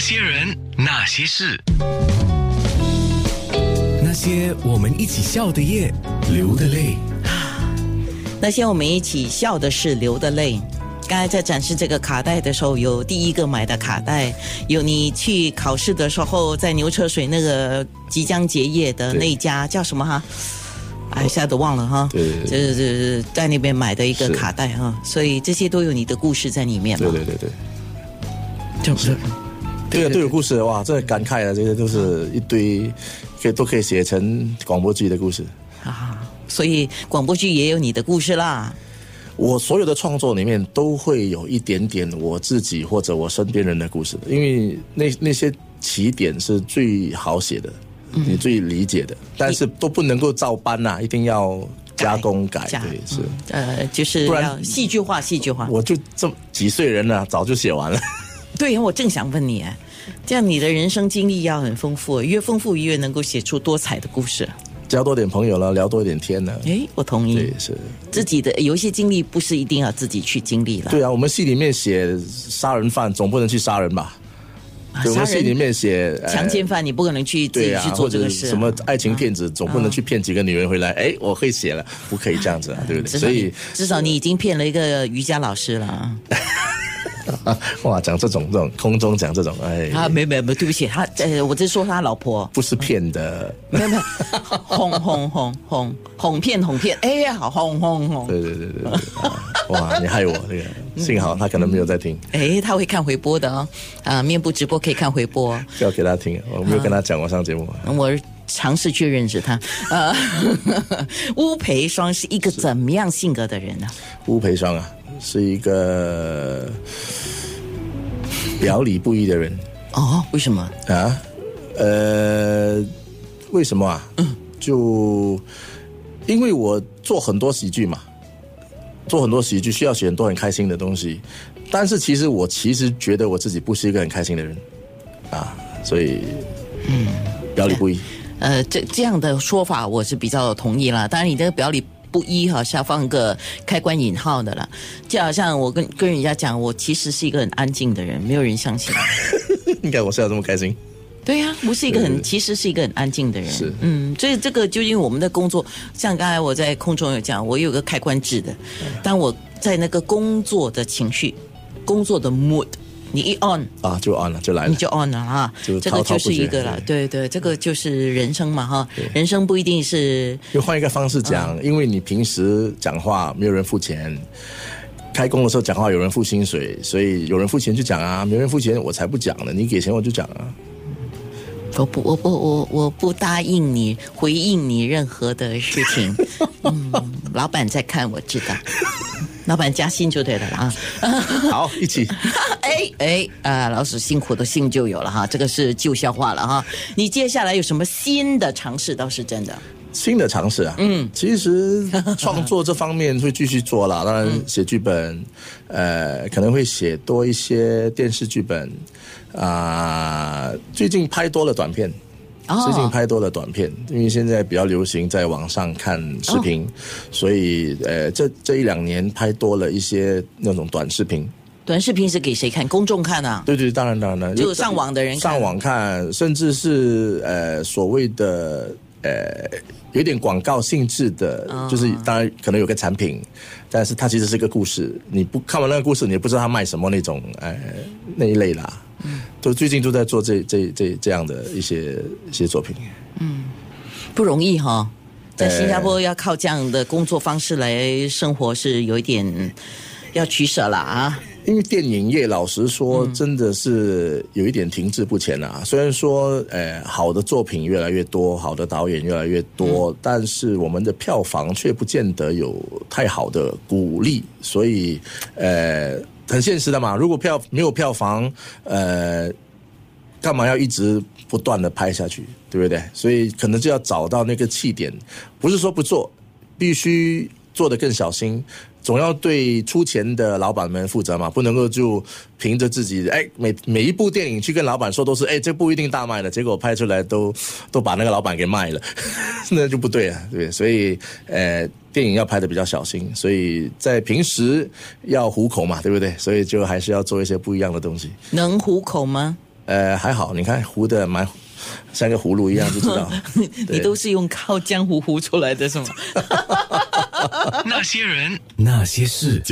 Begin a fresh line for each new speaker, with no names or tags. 些人，那些事，
那些我们一起笑的夜，流的泪。
那些我们一起笑的是流的泪。刚才在展示这个卡带的时候，有第一个买的卡带，有你去考试的时候在牛车水那个即将结业的那一家叫什么哈？哎，一下都忘了哈。
对对对
就是就是在那边买的一个
是
卡带哈，所以这些都有你的故事在里面嘛
啊对。对对对，
就是
对啊，都有故事的哇，这感慨啊，这些都是一堆，可以都可以写成广播剧的故事。
啊，所以广播剧也有你的故事啦。
我所有的创作里面都会有一点点我自己或者我身边人的故事，因为那那些起点是最好写的，你最理解的，但是都不能够照搬呐、一定要加嗯工改，
哎加
对，是。
呃，就是
不然
要戏剧化，戏剧化。
我就这么几岁人了，早就写完了。
对呀，我正想问你，哎这样你的人生经历要很丰富，越丰富越能够写出多彩的故事。
交多点朋友了，聊多一点天了。
诶，我同意
对，，是，
自己的有一些经历不是一定要自己去经历了。
对啊，我们戏里面写杀人犯，总不能去杀人吧？
啊，
对，我
杀
们戏里
人、
面写呃
强奸犯，你不可能去自
对
己
啊
去，做
或
这个
者
事啊。啊
什么爱情骗子，总不能去骗几个女人回来。哎，我会写了，不可以这样子啊，对不对？
至
所
少
以
你，至少你已经骗了一个瑜伽老师了啊！
啊哇，讲这种这种空中讲这种，哎，
啊，没没没，对不起，他呃，我在说他老 婆，
不是骗的，
没有没有，哄哄哄哄哄骗哄骗，哎呀，好哄哄哄，
对对对对对，啊哇，你害我这
嗯
个，幸好他可能没有在听，
哎，他会看回播的哦，啊，面部直播可以看回播哦，
要给他听，我没有跟他讲我上节目。啊
我尝试去认识他。呃， 乌培双是一个怎么样性格的人呢、
乌培双啊，是一个表里不一的人
哦，为什么？
啊。呃，为什么啊？
嗯
就因为我做很多喜剧嘛，做很多喜剧需要写很多很开心的东西，但是其实我其实觉得我自己不是一个很开心的人啊，所以嗯，表里不一。
呃，这这样的说法我是比较同意啦。当然，你这个表里不一哈是要放个开关引号的啦。就好像我跟跟人家讲，我其实是一个很安静的人，没有人相信。哎
应该我笑得这么开心，
对呀、我是一个
对
很，
对
其实是一个很安静的人。
是
嗯，所以这个究竟我们的工作，像刚才我在空中有讲，我有个开关制的，当我在那个工作的情绪、工作的 mood，你一 on。
啊，就 on 了，就来了
你。就 on 了哈，
就
这个
滔滔
就
不
是一
绝
个了，对对，这个就是人生嘛哈，人生不一定是
就换一个方式讲，
啊
因为你平时讲话没有人付钱，开工的时候讲话有人付薪水，所以有人付钱就讲啊，没人付钱我才不讲呢，你给钱我就讲啊。
我不，我不，我我不答应你回应你任何的事 情。嗯，老板在看，我知道。老板加薪就对了啦啊！
好，一起
哎哎啊，老鼠辛苦的辛就有了哈，这个是旧笑话了哈。你接下来有什么新的尝试？倒是真的，
新的尝试啊。嗯，其实创作这方面会继续做啦，当然写剧本，呃，可能会写多一些电视剧本啊、最近拍多了短片。
哦
最近拍多了短片，因为现在比较流行在网上看视频，所以呃，这这一两年拍多了一些那种短视频。
短视频是给谁看？公众看啊？
对对，当然当然了，
就上网的人看
上网看，甚至是呃所谓的呃有点广告性质的，
哦
就是当然可能有个产品，但是它其实是个故事，你不看完那个故事，你也不知道它卖什么那种呃那一类啦。
嗯
都最近都在做这这这这样的一些一些作品。
不容易哈，在
呃
新加坡要靠这样的工作方式来生活是有一点要取舍了啊。
因为电影业，老实说，真的是有一点停滞不前啊。虽然说，呃，好的作品越来越多，好的导演越来越多，但是我们的票房却不见得有太好的鼓励，所以，呃，很现实的嘛。如果票没有票房，呃，干嘛要一直不断的拍下去，对不对？所以可能就要找到那个气点，不是说不做，必须做的更小心，总要对出钱的老板们负责嘛，不能够就凭着自己哎 每每一部电影去跟老板说都是哎这不一定大卖的，结果拍出来都都把那个老板给卖了， 那就不对啊，对不对？所以呃。电影要拍的比较小心，所以在平时要糊口嘛，对不对？所以就还是要做一些不一样的东西。
能糊口吗？
呃，还好，你看糊的蛮像个葫芦一样，就知道
你都是用靠江湖糊出来的是吗？
那些人。
那些事。